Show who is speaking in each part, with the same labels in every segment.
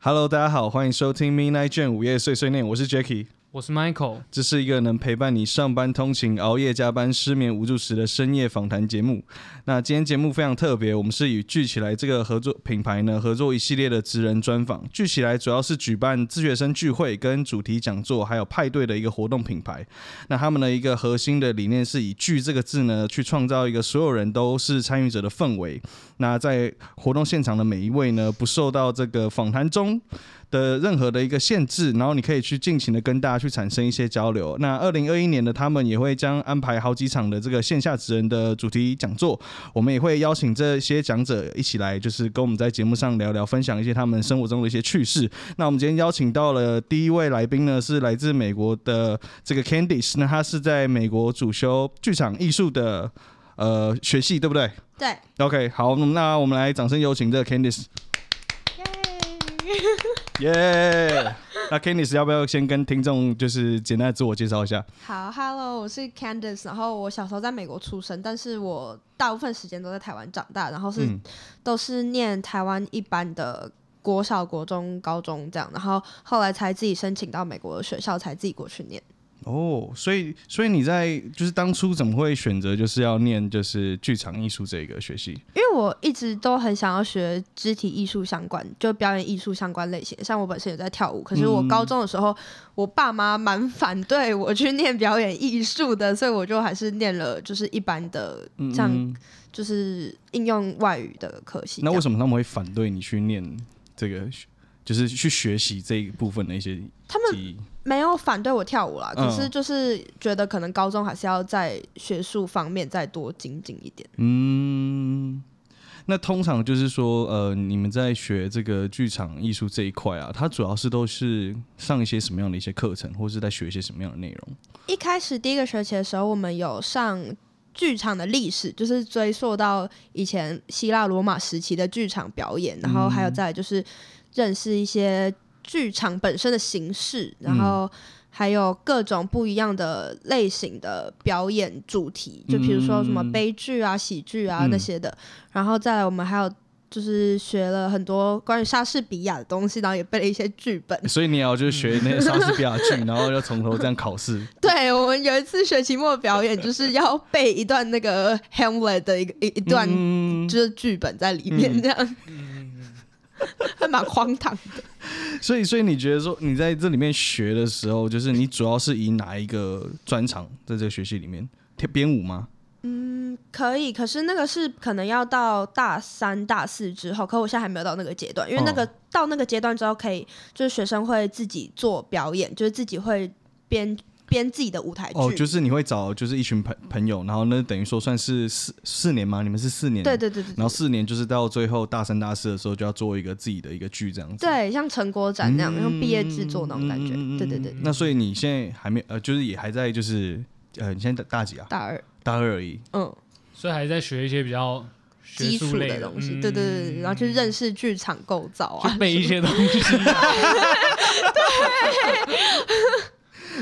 Speaker 1: Hello，大家好，欢迎收听 Midnight Jam 午夜碎碎念，我是 Jacky。
Speaker 2: 我是 Michael，
Speaker 1: 这是一个能陪伴你上班通勤、熬夜加班、失眠无助时的深夜访谈节目。那今天节目非常特别，我们是与聚起来这个合作品牌呢合作一系列的职人专访。聚起来主要是举办自学生聚会、跟主题讲座，还有派对的一个活动品牌。那他们的一个核心的理念是以“聚”这个字呢，去创造一个所有人都是参与者的氛围。那在活动现场的每一位呢，不受到这个访谈中的任何的一个限制，然后你可以去尽情的跟大家去产生一些交流。那二零二一年的他们也会将安排好几场的这个线下职人的主题讲座，我们也会邀请这些讲者一起来，就是跟我们在节目上聊聊，分享一些他们生活中的一些趣事。那我们今天邀请到了第一位来宾呢，是来自美国的这个 Candice，那他是在美国主修剧场艺术的呃学系，对不对
Speaker 3: 对，
Speaker 1: ？OK，好，那我们来掌声有请这个 Candice。耶、那 Kennis 要不要先跟听众就是简单的自我介绍一下？
Speaker 3: 好，Hello，我是 Candice，然后我小时候在美国出生，但是我大部分时间都在台湾长大，然后是、
Speaker 1: 嗯
Speaker 3: 都是念台湾一般的国小、国中、高中这样，然后后来才自己申请到美国的学校，才自己过去念。
Speaker 1: 哦，所以所以你在就是当初怎么会选择就是要念就是剧场艺术这个学系？
Speaker 3: 因为我一直都很想要学肢体艺术相关，就表演艺术相关类型。像我本身也在跳舞，可是我
Speaker 1: 嗯
Speaker 3: 高中的时候，我爸妈蛮反对我去 念表演艺术的，所以我就还是念了就是一般的
Speaker 1: 嗯
Speaker 3: 像
Speaker 1: 嗯
Speaker 3: 就是应用外语的科系。
Speaker 1: 那为
Speaker 3: 么
Speaker 1: 什么他们会反对你去念这个学，就是去学习这一部分的一些
Speaker 3: 他们
Speaker 1: 记忆？
Speaker 3: 没有反对我跳舞啦？
Speaker 1: 嗯
Speaker 3: 可是就是觉得可能高中还是要在学术方面再多精进一点。
Speaker 1: 嗯，那通常就是说，呃，你们在学这个剧场艺术这一块啊，它主要是都是上一些什么样的一些课程，或是在学一些什么样的内容？
Speaker 3: 一开始第一个学期的时候，我们有上剧场的历史，就是追溯到以前希腊罗马时期的剧场表演，然后还有再来就是认识一些剧场本身的形式，
Speaker 1: 嗯
Speaker 3: 然后还有各种不一样的类型的表演主题，就比如说什么
Speaker 1: 嗯
Speaker 3: 悲剧啊、喜剧啊
Speaker 1: 嗯
Speaker 3: 那些的。然后再来，我们还有。就是学了很多关于莎士比亚的东西，然后也背了一些剧本。
Speaker 1: 所以你也要就是学那些莎士比亚剧，然后要从头这样考 试。
Speaker 3: 对我们有一次学期末表演，就是要背一段那个 Hamlet 的一个一一段，
Speaker 1: 嗯
Speaker 3: 就是剧本在里面，这样、嗯 还蛮荒唐的。
Speaker 1: 所以所以你觉得说你在这里面学的时候，就是你主要是以哪一个专长在这个学习里面？跳编舞吗？
Speaker 3: 嗯，可以，可是那个是可能要到大三、大四之后，可我现在还没有到那个阶段，因为那个、
Speaker 1: 哦
Speaker 3: 到那个阶段之后，可以就是学生会自己做表演，就是自己会编编自己的舞台剧。
Speaker 1: 哦，就是你会找就是一群朋朋友，然后呢等于说算是四四年吗？你们是四年？
Speaker 3: 对对对对
Speaker 1: 然后
Speaker 3: 对，
Speaker 1: 四年就是到最后大三大四的时候，就要做一个自己的一个剧这样子。
Speaker 3: 对，像成果展那样，
Speaker 1: 嗯
Speaker 3: 像毕业制作那种感觉。
Speaker 1: 嗯嗯嗯嗯
Speaker 3: 对对对，
Speaker 1: 那所以你现在还没呃，就是也还在就是呃，你现在大大几啊？
Speaker 3: 大二，
Speaker 1: 大二而已。
Speaker 3: 嗯。
Speaker 2: 所以还在学一些比较学
Speaker 3: 基
Speaker 2: 术
Speaker 3: 础
Speaker 2: 类
Speaker 3: 的东西，
Speaker 2: 嗯
Speaker 3: 对对对对，然后去认识剧场构造啊
Speaker 2: 就，背一些东西。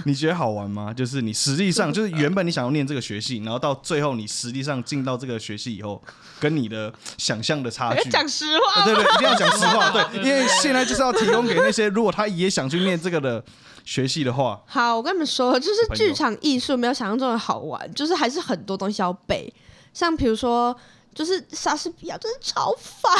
Speaker 1: 你觉得好玩吗？就是你实际上就是原本你想要念这个学系，然后到最后你实际上进到这个学系以后，跟你的想象的差
Speaker 3: 我
Speaker 1: 距。
Speaker 3: 讲实话，
Speaker 1: 啊、对对，一定要讲实话，对，
Speaker 2: 对
Speaker 1: 因为现在就是要提供给那些如果他也想去念这个的学系的话，
Speaker 3: 好，我跟你们说，就是
Speaker 1: 朋友
Speaker 3: 剧场艺术没有想象中的好玩，就是还是很多东西要背，像比如说。就是莎士比亚，真的超烦，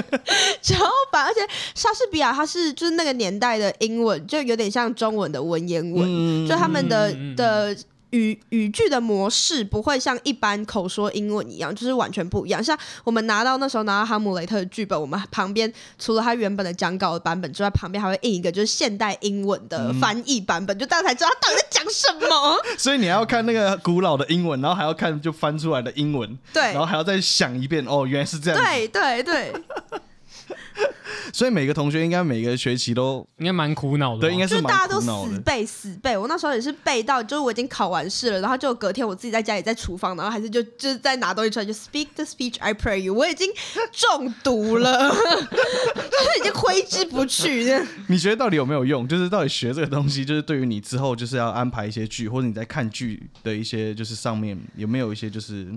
Speaker 3: 超烦！而且莎士比亚它是就是那个年代的英文，就有点像中文的文言文，
Speaker 1: 嗯
Speaker 3: 就他们的、
Speaker 2: 嗯嗯嗯
Speaker 3: 的语语句的模式不会像一般口说英文一样，就是完全不一样。像我们拿到那时候拿到《哈姆雷特》的剧本，我们旁边除了他原本的讲稿的版本之外，旁边还会印一个就是现代英文的
Speaker 2: 嗯
Speaker 3: 翻译版本，就大家才知道他到底在讲什 么。
Speaker 1: 所以你还要看那个古老的英文，然后还要看就翻出来的英文，然后
Speaker 3: 对。
Speaker 1: 还要再想一遍哦，原来是这样。，
Speaker 3: 对对对，
Speaker 1: 所以每个同学应该每个学期都
Speaker 2: 应该蛮苦恼的吧，
Speaker 1: 对，应该
Speaker 3: 就是是
Speaker 1: 蛮
Speaker 3: 大家都
Speaker 1: 苦恼
Speaker 3: 死
Speaker 1: 的。
Speaker 3: 背死背，我那时候也是背到，就是我已经考完试了，然后就隔天我自己在家里在厨房，然后还是就就是在拿东西出来，就 speak the speech I pray you，我已经中毒了， 就是已经挥之不去这样。
Speaker 1: 你觉得到底有没有用？就是到底学这个东西，就是对于你之后就是要安排一些剧，或者你在看剧的一些就是上面有没有一些就是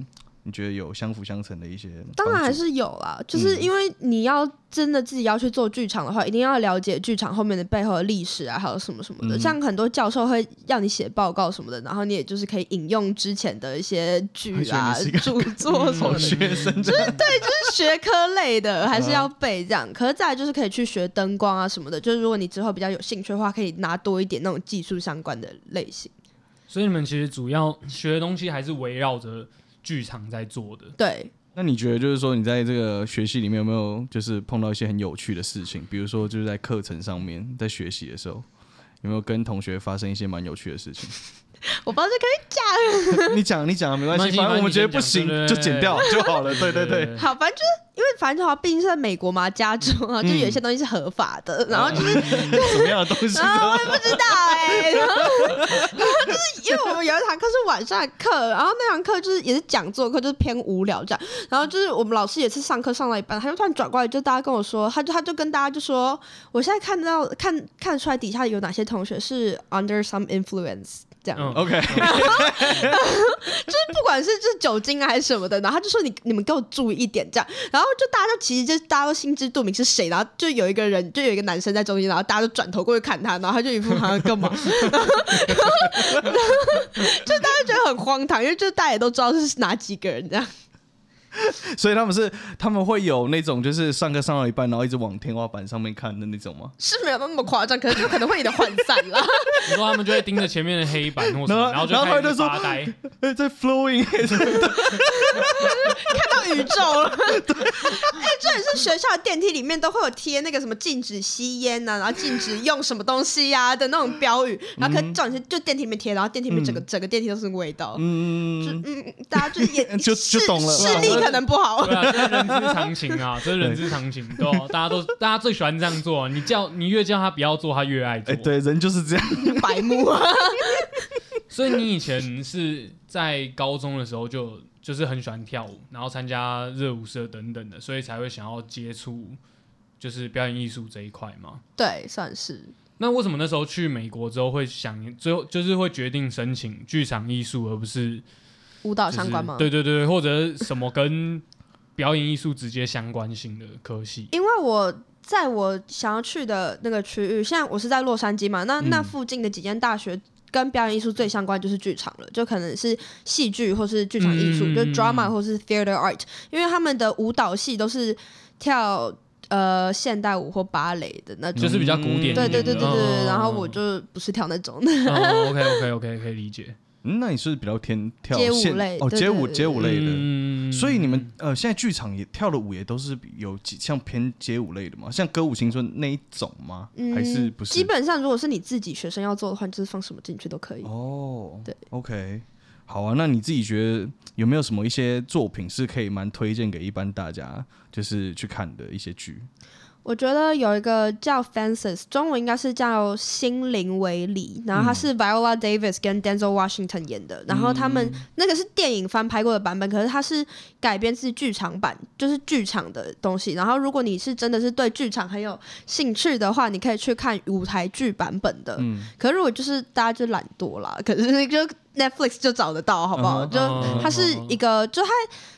Speaker 1: 你觉得有相辅相成的一些帮助？
Speaker 3: 当然还是有啦，就是因为你要真的自己要去做剧场的话，一定要了解剧场后面的背后的历史啊，还有什么什么的。
Speaker 1: 嗯
Speaker 3: 像很多教授会让你写报告什么的，然后你也就是可以引用之前的一些
Speaker 1: 我
Speaker 3: 剧
Speaker 1: 觉得
Speaker 3: 啊
Speaker 1: 你是一、个
Speaker 3: 著 作什么
Speaker 1: 好
Speaker 3: 的，
Speaker 1: 学生的，
Speaker 3: 就是 学科类的还是要背这样。可是再来就是可以去学灯光啊什么的，就是如果你之后比较有兴趣的话，可以拿多一点那种技术相关的类型。
Speaker 2: 所以你们其实主要学的东西还是围绕着剧场在做的。
Speaker 3: 对，
Speaker 1: 那你觉得就是说，你在这个学习里面有没有就是碰到一些很有趣的事情？比如说就是在课程上面，在学习的时候，有没有跟同学发生一些蛮有趣的事 情？
Speaker 3: 我不知道这可
Speaker 1: 你讲，你讲，没关系，
Speaker 2: 没关系
Speaker 1: 反正我们觉得
Speaker 2: 没
Speaker 1: 不
Speaker 2: 关系
Speaker 1: 行
Speaker 2: 你先讲
Speaker 1: 就
Speaker 2: 对对对
Speaker 1: 剪掉就好了。呃对对对，
Speaker 3: 以好，反正就是因为反正的话，毕竟是在美国嘛，加州啊，就有一些东西是合法的，然后就是。
Speaker 1: 什么样的东西呢？
Speaker 3: 啊，我也不知道哎、然后，然后就是因为我们有一堂课是晚上的课，然后那堂课就是也是讲座课，就是偏无聊这样。然后就是我们老师也是上课上到一半，他就突然转过来，就大家跟我说，他就他就跟大家就说，我现在看到看看得出来底下有哪些同学是 under some influence 这样。
Speaker 2: 嗯
Speaker 1: OK，
Speaker 3: 不管是就是酒精啊还是什么的，然后他就说你你们给我注意一点这样，然后就大家就其实就大家都心知肚明是谁，然后就有一个人就有一个男生在中间，然后大家就转头过去看他，然后他就一副好像干嘛，然后然后就大家觉得很荒唐，因为就大家也都知道是哪几个人这样，
Speaker 1: 所以他们是他们会有那种就是上课上到一半，然后一直往天花板上面看的那种吗？
Speaker 3: 是没有那么夸张，可是就可能会有点涣散啦。
Speaker 2: 你说他们就会盯着前面的黑板或什
Speaker 1: 然后
Speaker 2: 么，然后
Speaker 1: 然后
Speaker 2: 开
Speaker 1: 他就
Speaker 2: 始
Speaker 1: 说
Speaker 2: 发 呆。
Speaker 1: 哎、在 flowing，
Speaker 3: 看 到宇 宙了。 哎、这也是学校的电梯里面都会有贴那个什么禁止吸烟呐、然后禁止用什么东西呀、的那种标语，然后
Speaker 1: 嗯
Speaker 3: 可是重点是就电梯里面贴，然后电梯里面整个、整个电梯都是味道。就
Speaker 1: 嗯，
Speaker 3: 嗯，大家就也
Speaker 1: 就
Speaker 3: 视
Speaker 1: 就懂了嗯
Speaker 3: 视力可能不 好
Speaker 2: 对。啊，这是人之常情啊，这是人之常情，对啊、大家都大家最喜欢这样做、啊你叫你越叫他不要做，他越爱
Speaker 1: 哎、
Speaker 2: 做。，
Speaker 1: 对，人就是这样。
Speaker 3: 白目 啊！
Speaker 2: 所以你以前是在高中的时候就就是很喜欢跳舞，然后参加热舞社等等的，所以才会想要接触就是表演艺术这一块嘛。
Speaker 3: 对，算是
Speaker 2: 那为什么那时候去美国之后会想最后就是会决定申请剧场艺术，而不是
Speaker 3: 舞蹈
Speaker 2: 就是
Speaker 3: 哦相关吗？
Speaker 2: 对对对，或者是什么跟表演艺术直接相关性的科系？
Speaker 3: 因为我在我想要去的那个区域，现在我是在洛杉矶嘛，那
Speaker 2: 嗯
Speaker 3: 那附近的几间大学。跟表演艺术最相关就是剧场了，就可能是戏剧或是剧场艺术，
Speaker 2: 嗯
Speaker 3: 就
Speaker 2: 嗯嗯
Speaker 3: drama 或是 theater art，因为他们的舞蹈系都是跳呃现代舞或芭蕾的
Speaker 1: 嗯
Speaker 3: 那种，
Speaker 2: 就是比较古典一点的，
Speaker 3: 对对对对对
Speaker 2: 嗯啊
Speaker 3: 对，然后我就不是跳那种，
Speaker 2: OK OK OK 可以理解。
Speaker 1: 嗯，那你是比较偏跳
Speaker 3: 街舞
Speaker 1: 现
Speaker 3: 类
Speaker 1: 哦，
Speaker 3: 对
Speaker 1: 街舞
Speaker 3: 对对
Speaker 1: 街舞类的。
Speaker 2: 嗯
Speaker 1: 所以你们呃，现在剧场也跳的舞也都是有几像偏街舞类的吗？像歌舞青春那一种吗？
Speaker 3: 嗯，
Speaker 1: 还是不是？
Speaker 3: 基本上如果是你自己学生要做的话，你就是放什么进去都可以。
Speaker 1: 哦，
Speaker 3: 对
Speaker 1: ，OK，好啊。那你自己觉得有没有什么一些作品是可以蛮推荐给一般大家就是去看的一些剧？
Speaker 3: 我觉得有一个叫 Fences，中文应该是叫《心灵为礼》，然后它是 Viola Davis 跟 Denzel Washington 演的，然后他们那个是电影翻拍过的版本，可是它是改编自剧场版，就是剧场的东西。然后如果你是真的是对剧场很有兴趣的话，你可以去看舞台剧版本的。
Speaker 1: 嗯
Speaker 3: 可是如果就是大家就懒惰啦，可是就 Netflix 就找得到，好不好？
Speaker 1: 嗯哼
Speaker 3: 就
Speaker 2: 嗯
Speaker 3: 它是一个，就它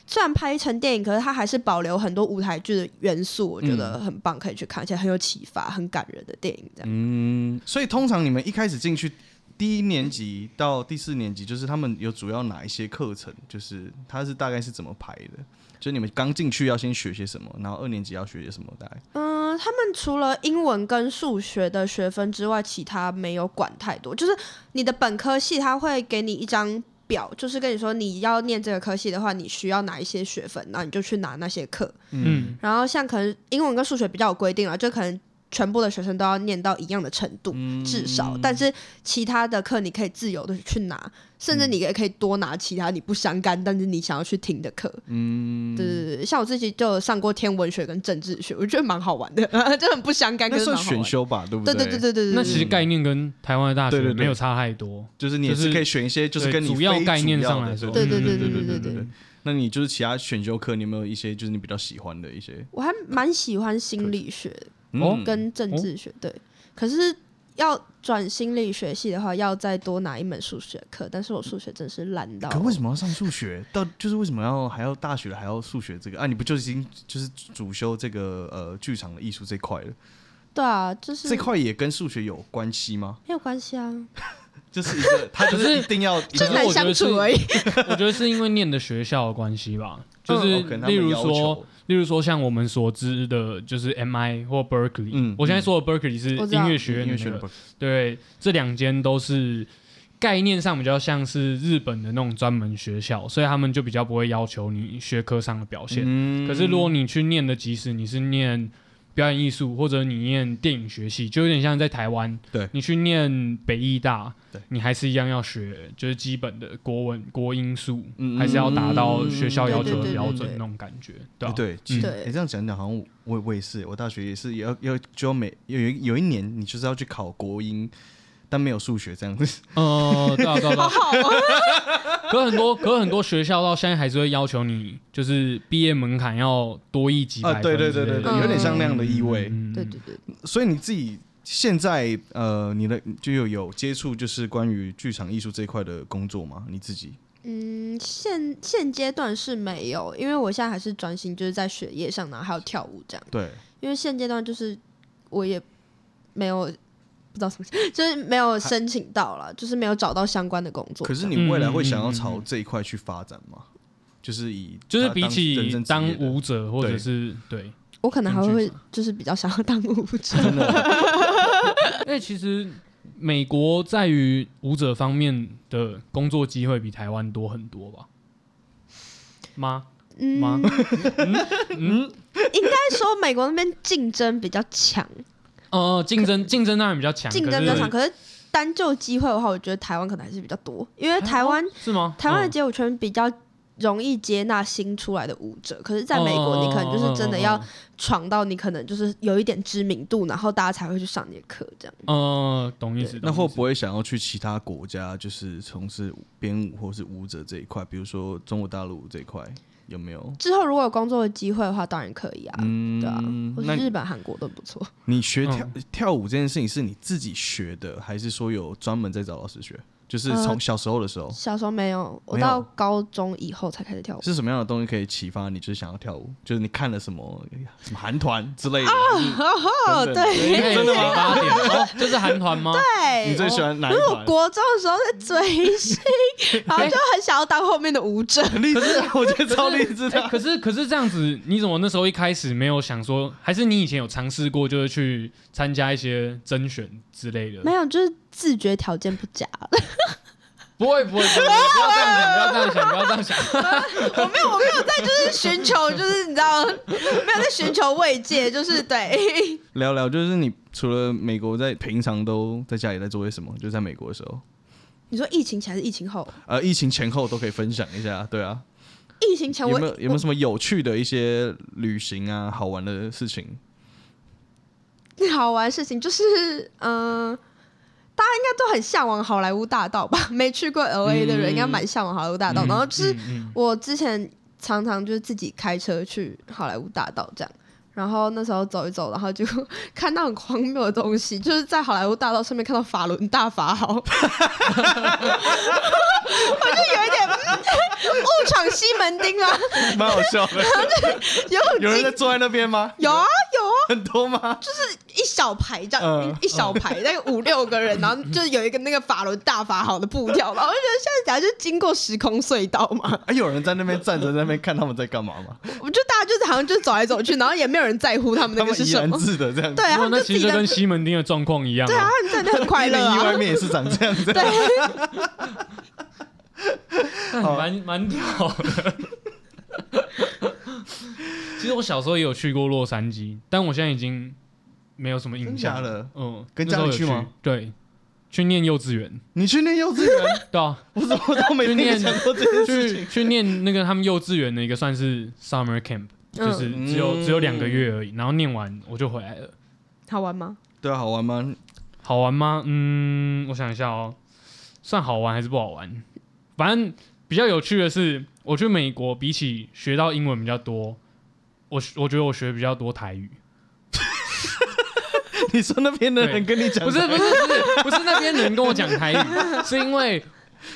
Speaker 3: 虽然拍成电影，可是它还是保留很多舞台剧的元素，我觉得很棒，可以去看，而且很有启发、很感人的电影。这样，
Speaker 1: 嗯，所以通常你们一开始进去。第一年级到第四年级，就是他们有主要哪一些课程？就是它是大概是怎么排的？就你们刚进去要先学些什么，然后二年级要学些什么？大概
Speaker 3: 嗯，他们除了英文跟数学的学分之外，其他没有管太多。就是你的本科系，他会给你一张表，就是跟你说你要念这个科系的话，你需要哪一些学分，然后你就去拿那些课。
Speaker 2: 嗯
Speaker 3: 然后像可能英文跟数学比较有规定了，就可能全部的学生都要念到一样的程度，
Speaker 1: 嗯
Speaker 3: 至少。但是其他的课你可以自由的去拿，甚至你也可以多拿其他你不相干，但是你想要去听的课。嗯，对对对，像我自己就有上过天文学跟政治学，我觉得蛮好玩的， 就很不相干，可
Speaker 1: 那
Speaker 3: 是
Speaker 1: 算
Speaker 3: 蛮好玩
Speaker 1: 选
Speaker 3: 的。
Speaker 1: 修吧，对不
Speaker 3: 对
Speaker 1: 对
Speaker 3: 对对对对
Speaker 2: 那
Speaker 3: 对
Speaker 2: 其
Speaker 3: 对，
Speaker 2: 实概念跟台湾的大
Speaker 1: 对对
Speaker 2: 学
Speaker 1: 对
Speaker 2: 没有差太 多。
Speaker 1: 就是你也
Speaker 2: 就是
Speaker 1: 是可以选一些，就是跟你
Speaker 2: 对主要
Speaker 1: 非
Speaker 2: 概念
Speaker 1: 主要
Speaker 2: 上
Speaker 1: 的嗯
Speaker 2: 来说
Speaker 1: 对
Speaker 3: 对
Speaker 1: 对对
Speaker 3: 对对对
Speaker 1: 对对
Speaker 3: 对对
Speaker 1: 对。那你就是其他选修课，你有没有一些就是你比较喜欢的一些？
Speaker 3: 我还蛮喜欢心理学
Speaker 1: 嗯
Speaker 2: 哦
Speaker 3: 跟政治学，对。可是要转心理学系的话，要再多拿一门数学课，但是我数学真是烂到。
Speaker 1: 可为什么要上数学？到就是为什么要还要大学了还要数学这个啊？你不就已经就是主修这个呃剧场的艺术这块了？
Speaker 3: 对啊，就是
Speaker 1: 这块也跟数学有关系 吗？
Speaker 3: 没有关系啊，
Speaker 1: 就是一个， 他就
Speaker 2: 可
Speaker 1: 是
Speaker 2: 是
Speaker 1: 一定要一
Speaker 2: 可
Speaker 1: 定
Speaker 2: 是
Speaker 3: 真
Speaker 1: 要
Speaker 3: 难
Speaker 2: 我觉
Speaker 3: 相
Speaker 2: 得是
Speaker 3: 处而已。
Speaker 2: 我觉得是因为念的学校的关系吧，就
Speaker 1: 哦
Speaker 2: 是
Speaker 1: 可能他们
Speaker 2: 例如
Speaker 1: 要
Speaker 2: 说
Speaker 1: 求，
Speaker 2: 例如说像我们所知的，就是 MI 或 Berkeley。
Speaker 1: 嗯
Speaker 2: 我现在说的 Berkeley 是
Speaker 3: 我知道
Speaker 2: 音乐学院
Speaker 1: 音乐
Speaker 2: 的
Speaker 1: 学
Speaker 2: 那
Speaker 1: 院
Speaker 2: 个，
Speaker 1: 不
Speaker 2: 对，这两间都是概念上比较像是日本的那种专门学校，所以他们就比较不会要求你学科上的表现。
Speaker 1: 嗯
Speaker 2: 可是如果你去念的，即使你是念表演艺术或者你念电影学系，就有点像在台湾，
Speaker 1: 对
Speaker 2: 你去念北艺大
Speaker 1: 对，
Speaker 2: 你还是一样要学，就是基本的国文、国英数，
Speaker 1: 嗯
Speaker 2: 还是要达到学校要求的
Speaker 3: 对对对对
Speaker 2: 标准
Speaker 3: 对
Speaker 2: 那种感觉，
Speaker 1: 哎
Speaker 2: 对啊嗯吧？
Speaker 1: 对，其实
Speaker 3: 对
Speaker 1: 哎这样讲讲，好像我我也是，我大学也是也要要就要每有一有一年你就是要去考国英，但没有数学这样子。 嗯
Speaker 2: 呃，对啊， 对啊，对啊。可很多，可很多学校到现在还是会要求你，就是毕业门槛要多一几百
Speaker 1: 啊，
Speaker 2: 分
Speaker 1: 对对
Speaker 2: 之
Speaker 1: 对
Speaker 2: 类
Speaker 1: 对
Speaker 2: 的
Speaker 1: 对，有点像那样的意味。
Speaker 2: 嗯
Speaker 3: 对对对，
Speaker 1: 所以你自己现在呃，你的就有有接触就是关于剧场艺术这一块的工作吗？你自己？
Speaker 3: 嗯，现现阶段是没有，因为我现在还是专心就是在学业上，然后还有跳舞这样。
Speaker 1: 对，
Speaker 3: 因为现阶段就是我也没有不知道什么， 就是没有申请到了，就是没有找到相关的工作。
Speaker 1: 可是
Speaker 3: 这样
Speaker 1: 你未来会想要
Speaker 2: 嗯嗯嗯
Speaker 1: 朝这一块去发展吗？就是以
Speaker 2: 就是
Speaker 1: 它
Speaker 2: 比
Speaker 1: 人
Speaker 2: 起
Speaker 1: 生职
Speaker 2: 当
Speaker 1: 业的
Speaker 2: 舞者或
Speaker 1: 对
Speaker 2: 者是对，
Speaker 3: 我可能还
Speaker 2: 根据
Speaker 3: 会
Speaker 2: 什么
Speaker 3: 就是比较想要当舞者。
Speaker 2: 因为其实美国在于舞者方面的工作机会比台湾多很多吧？吗？
Speaker 3: 嗯，
Speaker 2: 吗
Speaker 3: 应该说美国那边竞争比较强，
Speaker 2: 呃，竞争竞争当然比较强，
Speaker 3: 竞
Speaker 2: 可
Speaker 3: 争
Speaker 2: 是
Speaker 3: 比较强。可是单就机会的话，我觉得台湾可能还是比较多，因
Speaker 2: 啊
Speaker 3: 为台湾、
Speaker 2: 是吗？
Speaker 3: 台湾的
Speaker 2: 嗯
Speaker 3: 街舞圈比较容易接纳新出来的舞者，可是在美国，你可能就是真的
Speaker 1: 嗯
Speaker 3: 要闯到你可能就是有一点知名度，然后大家才会去上你的课这样。
Speaker 2: 呃，懂意思。
Speaker 1: 那
Speaker 2: 懂
Speaker 1: 会
Speaker 2: 意思
Speaker 1: 不会想要去其他国家，就是从事编舞或是舞者这一块？比如说中国大陆这一块有没有？
Speaker 3: 之后如果有工作的机会的话，当然可以啊，对啊，或
Speaker 1: 嗯那
Speaker 3: 者
Speaker 1: 你
Speaker 3: 日本、韩国都不错。
Speaker 1: 你学跳、跳舞这件事情是你自己学的，还是说有专门在找老师学？就是
Speaker 3: 呃
Speaker 1: 从小时候的时候，
Speaker 3: 小时候没有，我
Speaker 1: 没有
Speaker 3: 到高中以后才开始跳舞。
Speaker 1: 是什么样的东西可以启发你，就是想要跳舞？就是你看了什么什么韩团之类的？
Speaker 3: 啊哦，
Speaker 1: 等等
Speaker 3: 对
Speaker 2: 哎
Speaker 1: 真的吗
Speaker 2: 启发点哦这是韩团吗？
Speaker 1: 你
Speaker 3: 对，
Speaker 1: 最喜欢哪一
Speaker 3: 因为哎我
Speaker 1: 团？
Speaker 3: 国中的时候在追星，然后就很想要当后面的舞 者。
Speaker 1: 很励志啊，我觉得超励志的
Speaker 2: 哎
Speaker 1: 啊。
Speaker 2: 可是可是这样子，你怎么那时候一开始没有想说？还是你以前有尝试过，就是去参加一些甄选之类的？
Speaker 3: 没有，就是自觉条件不佳。
Speaker 2: 不会不会，不会不要这样想，不要这样想，不要这样想。
Speaker 3: 我没有，我没有在就是寻求，就是你知道，没有在寻求慰藉，就是对。
Speaker 1: 聊聊，就是你除了美国，在平常都在家里在做些什么？就是在美国的时候，
Speaker 3: 你说疫情前还是疫情后？
Speaker 1: 呃，疫情前后都可以分享一下，对啊。
Speaker 3: 疫情前
Speaker 1: 有
Speaker 3: 我
Speaker 1: 没有有没有什么有趣的一些旅行啊、好玩的事情？
Speaker 3: 我好玩的事情就是，嗯、大家应该都很向往好莱坞大道吧？没去过 L A 的人应该蛮向往好莱坞大道。然后就是
Speaker 2: 嗯嗯
Speaker 3: 我之前常常就是自己开车去好莱坞大道这样，然后那时候走一走，然后就 看到很荒谬的东西，就是在好莱坞大道上面看到法轮大法好， 我就有一点嗯误闯西门町啊，
Speaker 1: 蛮好笑的。
Speaker 3: 有
Speaker 1: 有人在坐在那边吗？
Speaker 3: 有啊有啊，
Speaker 1: 很多吗？
Speaker 3: 一小排这样，
Speaker 1: 嗯
Speaker 3: 一一小排大概五六个人，然后就是有一个那个法轮大法好的步调，然后我就觉得现在讲就是经过时空隧道嘛，
Speaker 1: 哎，有人在那边站着，在那边看他们在干嘛吗？
Speaker 3: 我就大家就是好像就走来走去，然后也没有人在乎他们
Speaker 1: 他
Speaker 3: 那
Speaker 1: 们
Speaker 3: 个是
Speaker 1: 怡
Speaker 3: 什
Speaker 1: 然
Speaker 3: 么。
Speaker 1: 自得这样子
Speaker 3: 对。啊，
Speaker 2: 哇
Speaker 3: 他
Speaker 2: 那
Speaker 3: 们就
Speaker 2: 其
Speaker 3: 自己
Speaker 2: 实
Speaker 3: 在
Speaker 2: 跟西门町的状况一样
Speaker 3: 对啊，
Speaker 2: 啊。
Speaker 3: 他们真的很快 乐
Speaker 1: 一零一外
Speaker 3: 啊。
Speaker 1: 面也是长这样子。
Speaker 2: 那嗯
Speaker 1: 哦
Speaker 2: 蛮蛮屌的。 其实我小时候也有去过洛杉矶，但我现在已经没有什么印象
Speaker 1: 真假的。
Speaker 2: 嗯，
Speaker 1: 跟
Speaker 2: 那时候
Speaker 1: 家里
Speaker 2: 有
Speaker 1: 去吗？
Speaker 2: 对，去念幼稚 园。
Speaker 1: 你去念幼稚园，
Speaker 2: 对啊，
Speaker 1: 我怎么都没听你讲过这件事
Speaker 2: 去
Speaker 1: 情？
Speaker 2: 去念那个他们幼稚园的一个算是 summer camp，就是
Speaker 1: 嗯
Speaker 2: 只有只有两个月而已，然后念完我就回来了。
Speaker 3: 好玩吗？
Speaker 1: 对啊，好玩吗？
Speaker 2: 好玩吗？嗯，我想一下哦，算好玩还是不好玩？反正比较有趣的是，我去美国比起学到英文比较多，我我觉得我学比较多台语。
Speaker 1: 你说那边的人跟你讲，
Speaker 2: 不是不是不是不是那边人跟我讲台语， 是因为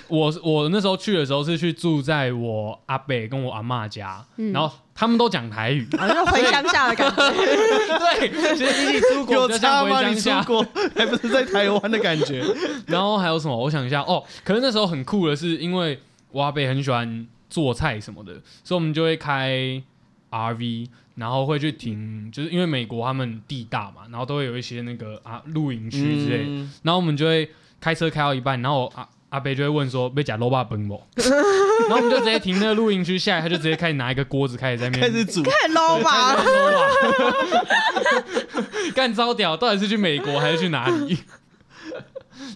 Speaker 2: 我我那时候去的时候是去住在我阿伯跟我阿嬷家，
Speaker 3: 嗯
Speaker 2: 然后他们们都讲 台语
Speaker 3: 。好像回乡下的感觉。
Speaker 2: 对，其实比起出国
Speaker 1: 有
Speaker 2: 就像
Speaker 1: 差
Speaker 2: 回
Speaker 1: 吗？
Speaker 2: 乡
Speaker 1: 你出
Speaker 2: 下。
Speaker 1: 国还不是在台湾的感觉？
Speaker 2: 然后还有什么？我想一下哦，可是那时候很酷的是，因为我阿伯很喜欢做菜什么的，所以我们就会开 RV，然后会去停，就是因为美国他们地大嘛，然后都会有一些那个啊露营区之类的。
Speaker 1: 嗯
Speaker 2: 然后我们就会开车开到一半，然后我阿阿伯就会问说：“被假肉霸崩不？” 然后我们就直接停那个露营区下来，他就直接开始拿一个锅子开始在那
Speaker 1: 开
Speaker 2: 边
Speaker 1: 始煮，
Speaker 3: 太 low 吧！
Speaker 2: 干招屌，到底是去美国还是去哪里？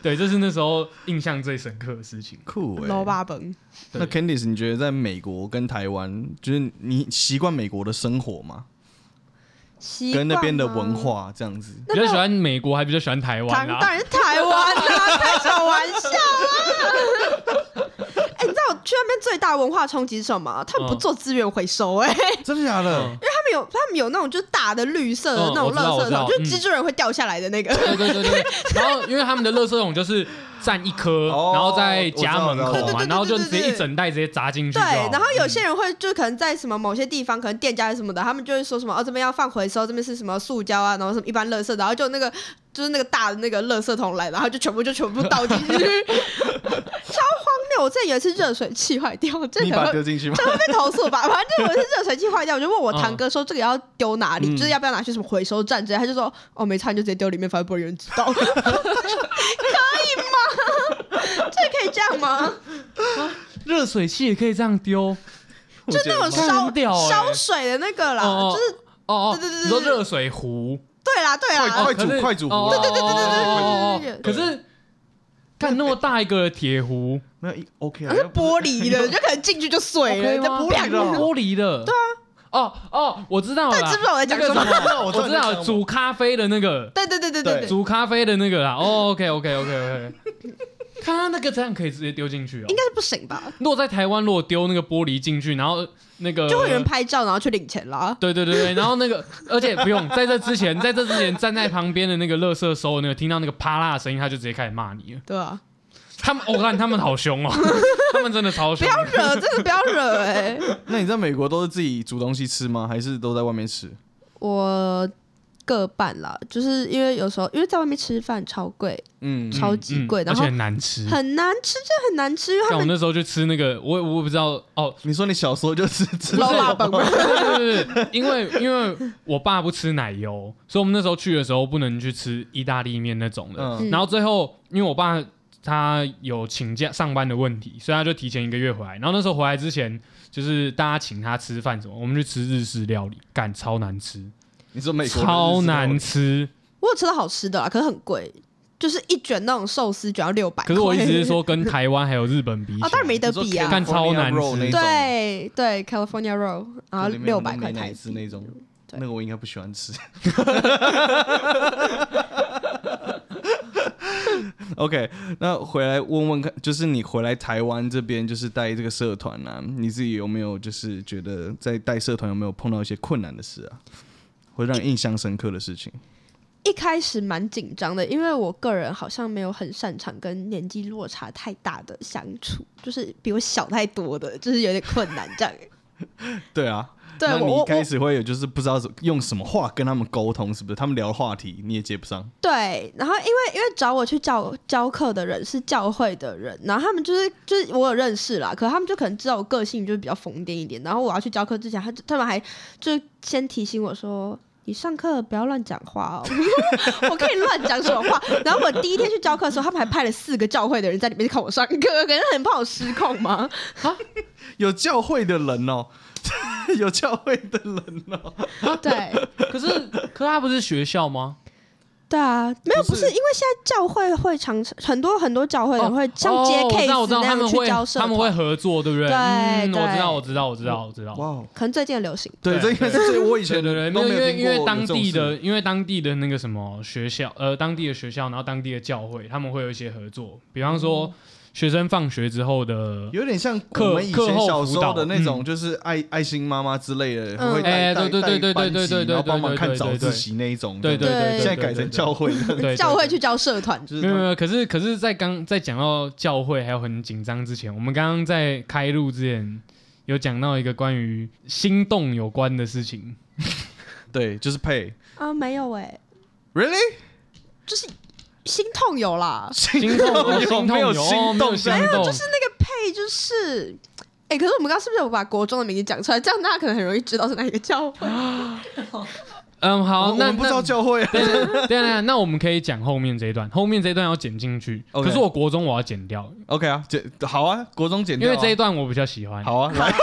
Speaker 2: 对，这是那时候印象最深刻的事情。
Speaker 1: 酷哎、
Speaker 3: low 吧崩。
Speaker 1: 那
Speaker 2: 对
Speaker 1: Candice，你觉得在美国跟台湾，就是你习惯美国的生活吗？
Speaker 3: 习
Speaker 1: 跟那边的
Speaker 3: 惯吗
Speaker 1: 文，化这样子？
Speaker 2: 比较喜欢美国，还比较喜欢台
Speaker 3: 当
Speaker 2: 湾
Speaker 3: 当
Speaker 2: 啦。
Speaker 3: 然是台湾啦， 开什么玩笑啊！ 哎、你知道我去那边最大的文化冲击是什么？他们不
Speaker 2: 嗯
Speaker 3: 做资源回收、哎、
Speaker 1: 真的假的？
Speaker 2: 嗯
Speaker 3: 他们有他们有那种就是大的绿色的
Speaker 2: 嗯
Speaker 3: 那种
Speaker 2: 我知道
Speaker 3: 垃
Speaker 2: 我
Speaker 3: 圾
Speaker 2: 知
Speaker 3: 桶，
Speaker 2: 道
Speaker 3: 就是蜘蛛人会掉下来的那个。
Speaker 2: 对对对对，然后因为他们的垃圾桶就是占一颗，
Speaker 1: 哦
Speaker 2: 然后在家门
Speaker 1: 我知道
Speaker 2: 口
Speaker 1: 我
Speaker 3: 知
Speaker 2: 嘛
Speaker 3: 道，
Speaker 2: 然后就直
Speaker 3: 对对对
Speaker 2: 接
Speaker 3: 对
Speaker 2: 一整袋直接砸进去就好。
Speaker 3: 对，然后有
Speaker 1: 嗯
Speaker 3: 些人会就可能在什么某些地方，可能店家什么的，他们就会说什么哦，这边要放回收，这边是什么塑胶啊，然后什么一般垃圾，然后就那个 就是那个大的那个垃圾桶来，然后就全部就全部倒进去，超 荒谬！我之前有一次热水器坏掉，这
Speaker 1: 你
Speaker 3: 可
Speaker 1: 把
Speaker 3: 能会
Speaker 1: 丢进去吗？
Speaker 3: 这 会被投 诉吧？反正就我是热水器坏掉，我就问我堂哥说这个要丢哪里，
Speaker 1: 嗯
Speaker 3: 就是要不要拿去什么回收站之类，他就说哦没差，你就直接丢里面，反正不会有人知道。 可以吗？ 这可以这样吗？
Speaker 2: 热水器也可以这样丢，
Speaker 1: 我
Speaker 3: 就
Speaker 1: 觉得
Speaker 3: 那种
Speaker 2: 这样
Speaker 3: 烧
Speaker 2: 很屌欸
Speaker 3: 烧水的那个啦，
Speaker 2: 哦哦
Speaker 3: 就是
Speaker 2: 哦哦，
Speaker 3: 对对对对
Speaker 2: 你说热水壶，
Speaker 3: 对啦对啦，
Speaker 1: 快
Speaker 2: 哦可是
Speaker 1: 煮快煮壶啊
Speaker 2: 哦哦哦哦哦
Speaker 3: 对对对
Speaker 2: 可
Speaker 3: 对对对对对
Speaker 2: 是干那么大一个铁壶，
Speaker 1: 没有一 OK 啊
Speaker 3: 可，是
Speaker 1: 要不
Speaker 3: 玻璃的，就可能进去就碎了，
Speaker 2: OK
Speaker 3: 这
Speaker 2: 吗
Speaker 3: 不
Speaker 1: 玻璃
Speaker 3: 亮
Speaker 1: 的
Speaker 2: 玻璃的，对啊，哦哦，我知道了
Speaker 3: 但
Speaker 2: 啦，
Speaker 3: 知不知道我在讲
Speaker 2: 那
Speaker 3: 什
Speaker 2: 个什
Speaker 3: 么？
Speaker 2: 么？
Speaker 1: 我
Speaker 2: 我
Speaker 1: 知道
Speaker 2: 知
Speaker 1: 你在讲什
Speaker 2: 道
Speaker 1: 么
Speaker 2: 煮咖啡的那个，
Speaker 3: 对对对对对
Speaker 1: 对
Speaker 3: 对，
Speaker 2: 煮咖啡的那个啦。哦，OK OK OK OK，看他那个这样可以直接丢进去哦
Speaker 3: 应。该是不行吧？
Speaker 2: 如果在台湾，如果丢那个玻璃进去，然后那个
Speaker 3: 就会有人拍照然后去领钱啦。
Speaker 2: 对对对对，然后那个，而且不用在这之前，在这之前站在旁边的那个垃圾收的那个，听到那个啪啦的声音，他就直接开始骂你了。
Speaker 3: 对啊，
Speaker 2: 他们，我、看他们好凶哦，他们真的超
Speaker 3: 不
Speaker 2: 凶。
Speaker 3: 要惹，真的不要惹哎、
Speaker 1: 那你在美国都是自己煮东西吃吗？还是都在外面吃？
Speaker 3: 我各半啦，就是因为有时候因为在外面吃饭超贵，
Speaker 1: 嗯，
Speaker 3: 超级贵
Speaker 2: 嗯
Speaker 3: 然后
Speaker 2: 而且很难吃。
Speaker 3: 很难吃，这很难吃，因为他
Speaker 2: 像我
Speaker 3: 们
Speaker 2: 那时候去吃那个，我我也不知道哦，
Speaker 1: 你说你小时候就吃吃
Speaker 3: 老
Speaker 1: 这
Speaker 3: 辣
Speaker 1: 种
Speaker 3: 本
Speaker 1: 吗
Speaker 3: 味。
Speaker 2: 对对对，因为因为我爸不吃奶油，所以我们那时候去的时候不能去吃意大利面那种的。
Speaker 1: 嗯，
Speaker 3: 嗯
Speaker 2: 然后最后，因为我爸他有请假上班的问题，所以他就提前一个月回来。然后那时候回来之前，就是大家请他吃饭什么，我们去吃日式料理，干超难吃，
Speaker 1: 你说美国的日
Speaker 2: 超
Speaker 1: 式料理
Speaker 2: 难吃。
Speaker 3: 我有吃到好吃的啦，可是很贵，就是一卷那种寿司卷要六百。
Speaker 2: 可是我一直是说跟台湾还有日本比起来，
Speaker 3: 啊，当然没得
Speaker 1: 你说
Speaker 3: 比啊，
Speaker 2: 干超难
Speaker 1: California roll
Speaker 2: 吃
Speaker 1: 那种
Speaker 3: 对对，California roll，然后
Speaker 1: 里面
Speaker 3: 啊六
Speaker 1: 有
Speaker 3: 百块
Speaker 1: 奶
Speaker 3: 台
Speaker 1: 奶汁
Speaker 3: 币。
Speaker 1: 那种，
Speaker 3: 对
Speaker 1: 那个我应该不喜欢 吃。OK，那回来问问看，就是你回来台湾这边，就是带这个社团啊，你自己有没有就是觉得在带社团有没有碰到一些困难的事啊，会让你印象深刻的事情？
Speaker 3: 一开始蛮紧张的，因为我个人好像没有很擅长跟年纪落差太大的相处，就是比我小太多的，就是有点困难这样。
Speaker 1: 对啊，
Speaker 3: 对
Speaker 1: 那
Speaker 3: 我
Speaker 1: 你
Speaker 3: 我
Speaker 1: 一开始会有就是不知道怎用什么话跟他们沟通，是不是？他们聊的话题你也接不上，
Speaker 3: 对，然后因为因为找我去教教课的人是教会的人，然后他们就是就是我有认识啦，可他们就可能知道我个性就是比较疯癫一点，然后我要去教课之前，他就他们还就先提醒我说。你上课不要乱讲话哦， 我可以乱讲什么话？然后我第一天去教课的时候，他们还派了四个教会的人在里面看我上课，可是很怕我失控 嘛。
Speaker 1: 有教会的人哦、有教会的人哦、
Speaker 3: 对，
Speaker 2: 可是可是他不是学校吗？
Speaker 3: 对啊，没有，
Speaker 1: 不
Speaker 3: 不
Speaker 1: 是
Speaker 3: 是因为现在教会会常很多很多教会人会像
Speaker 2: 哦
Speaker 3: 接
Speaker 2: 我知
Speaker 3: case
Speaker 2: 道我知道
Speaker 3: 那
Speaker 2: 他
Speaker 3: 样
Speaker 2: 们
Speaker 3: 去
Speaker 2: 会
Speaker 3: 教社
Speaker 2: 他们
Speaker 3: 团
Speaker 2: 会合作，对不对？
Speaker 3: 对
Speaker 2: 嗯，
Speaker 3: 对
Speaker 2: 我知道我知道我知道我知道。
Speaker 1: 哇哦，
Speaker 3: 可能最近的流行。
Speaker 1: 对，这
Speaker 2: 对
Speaker 1: 应该是最我以前
Speaker 2: 对对对，
Speaker 1: 都
Speaker 2: 没有
Speaker 1: 没
Speaker 2: 因为
Speaker 1: 听
Speaker 2: 因为
Speaker 1: 过有
Speaker 2: 当
Speaker 1: 这种
Speaker 2: 地
Speaker 1: 事
Speaker 2: 的因为当地的那个
Speaker 3: 哦
Speaker 2: 什么学校，呃，当地的学校，然后当地的教会，他们会有一些合作，比方说。学生放学之后的，
Speaker 1: 有点像
Speaker 2: 课
Speaker 1: 我们以前小时候
Speaker 2: 课后辅导嗯
Speaker 1: 的那种，就是爱爱心妈妈之类的，
Speaker 3: 嗯
Speaker 1: 会带
Speaker 2: 哎对对
Speaker 1: 带
Speaker 2: 对
Speaker 1: 带
Speaker 2: 对
Speaker 1: 班级
Speaker 2: 对对对对
Speaker 1: 然后帮忙看
Speaker 2: 对对
Speaker 1: 早
Speaker 2: 对
Speaker 1: 自习那一种，
Speaker 2: 对
Speaker 1: 对
Speaker 2: 对对，嗯
Speaker 1: 现在改成教
Speaker 2: 会，
Speaker 1: 会了，
Speaker 2: 对对
Speaker 3: 教会去教社团，
Speaker 1: 就是
Speaker 2: 没有没
Speaker 1: 他
Speaker 2: 有，可是可是，在刚在讲到教会还有很紧张之前，我们刚刚在开录之前有讲到一个关于心动有关的事情，
Speaker 1: 对，就是配
Speaker 3: 啊，没有哎、
Speaker 1: really
Speaker 3: 就是心痛有啦，
Speaker 2: 心 动哦
Speaker 1: 有
Speaker 2: 心
Speaker 1: 没
Speaker 2: 动
Speaker 1: 有
Speaker 2: 哦
Speaker 1: 心
Speaker 2: 没
Speaker 1: 动
Speaker 2: 有心
Speaker 1: 没
Speaker 2: 动，
Speaker 3: 配就是。哎、可是我们刚刚是不是有把国中的名字讲出来？这样大家可能很容易知道是哪一个教 会。
Speaker 2: 嗯
Speaker 1: 我
Speaker 2: 好，
Speaker 1: 我
Speaker 2: 那
Speaker 1: 们不知道
Speaker 2: 那
Speaker 1: 教会啊，
Speaker 2: 对 对对对对，那我们可以讲后面这一段，后面这一段要剪进去。
Speaker 1: OK
Speaker 2: 可是我国中我要剪掉，
Speaker 1: OK 啊，剪好啊，国中剪
Speaker 2: 因
Speaker 1: 掉啊，
Speaker 2: 为这一段我比较喜欢。
Speaker 1: 好啊，来，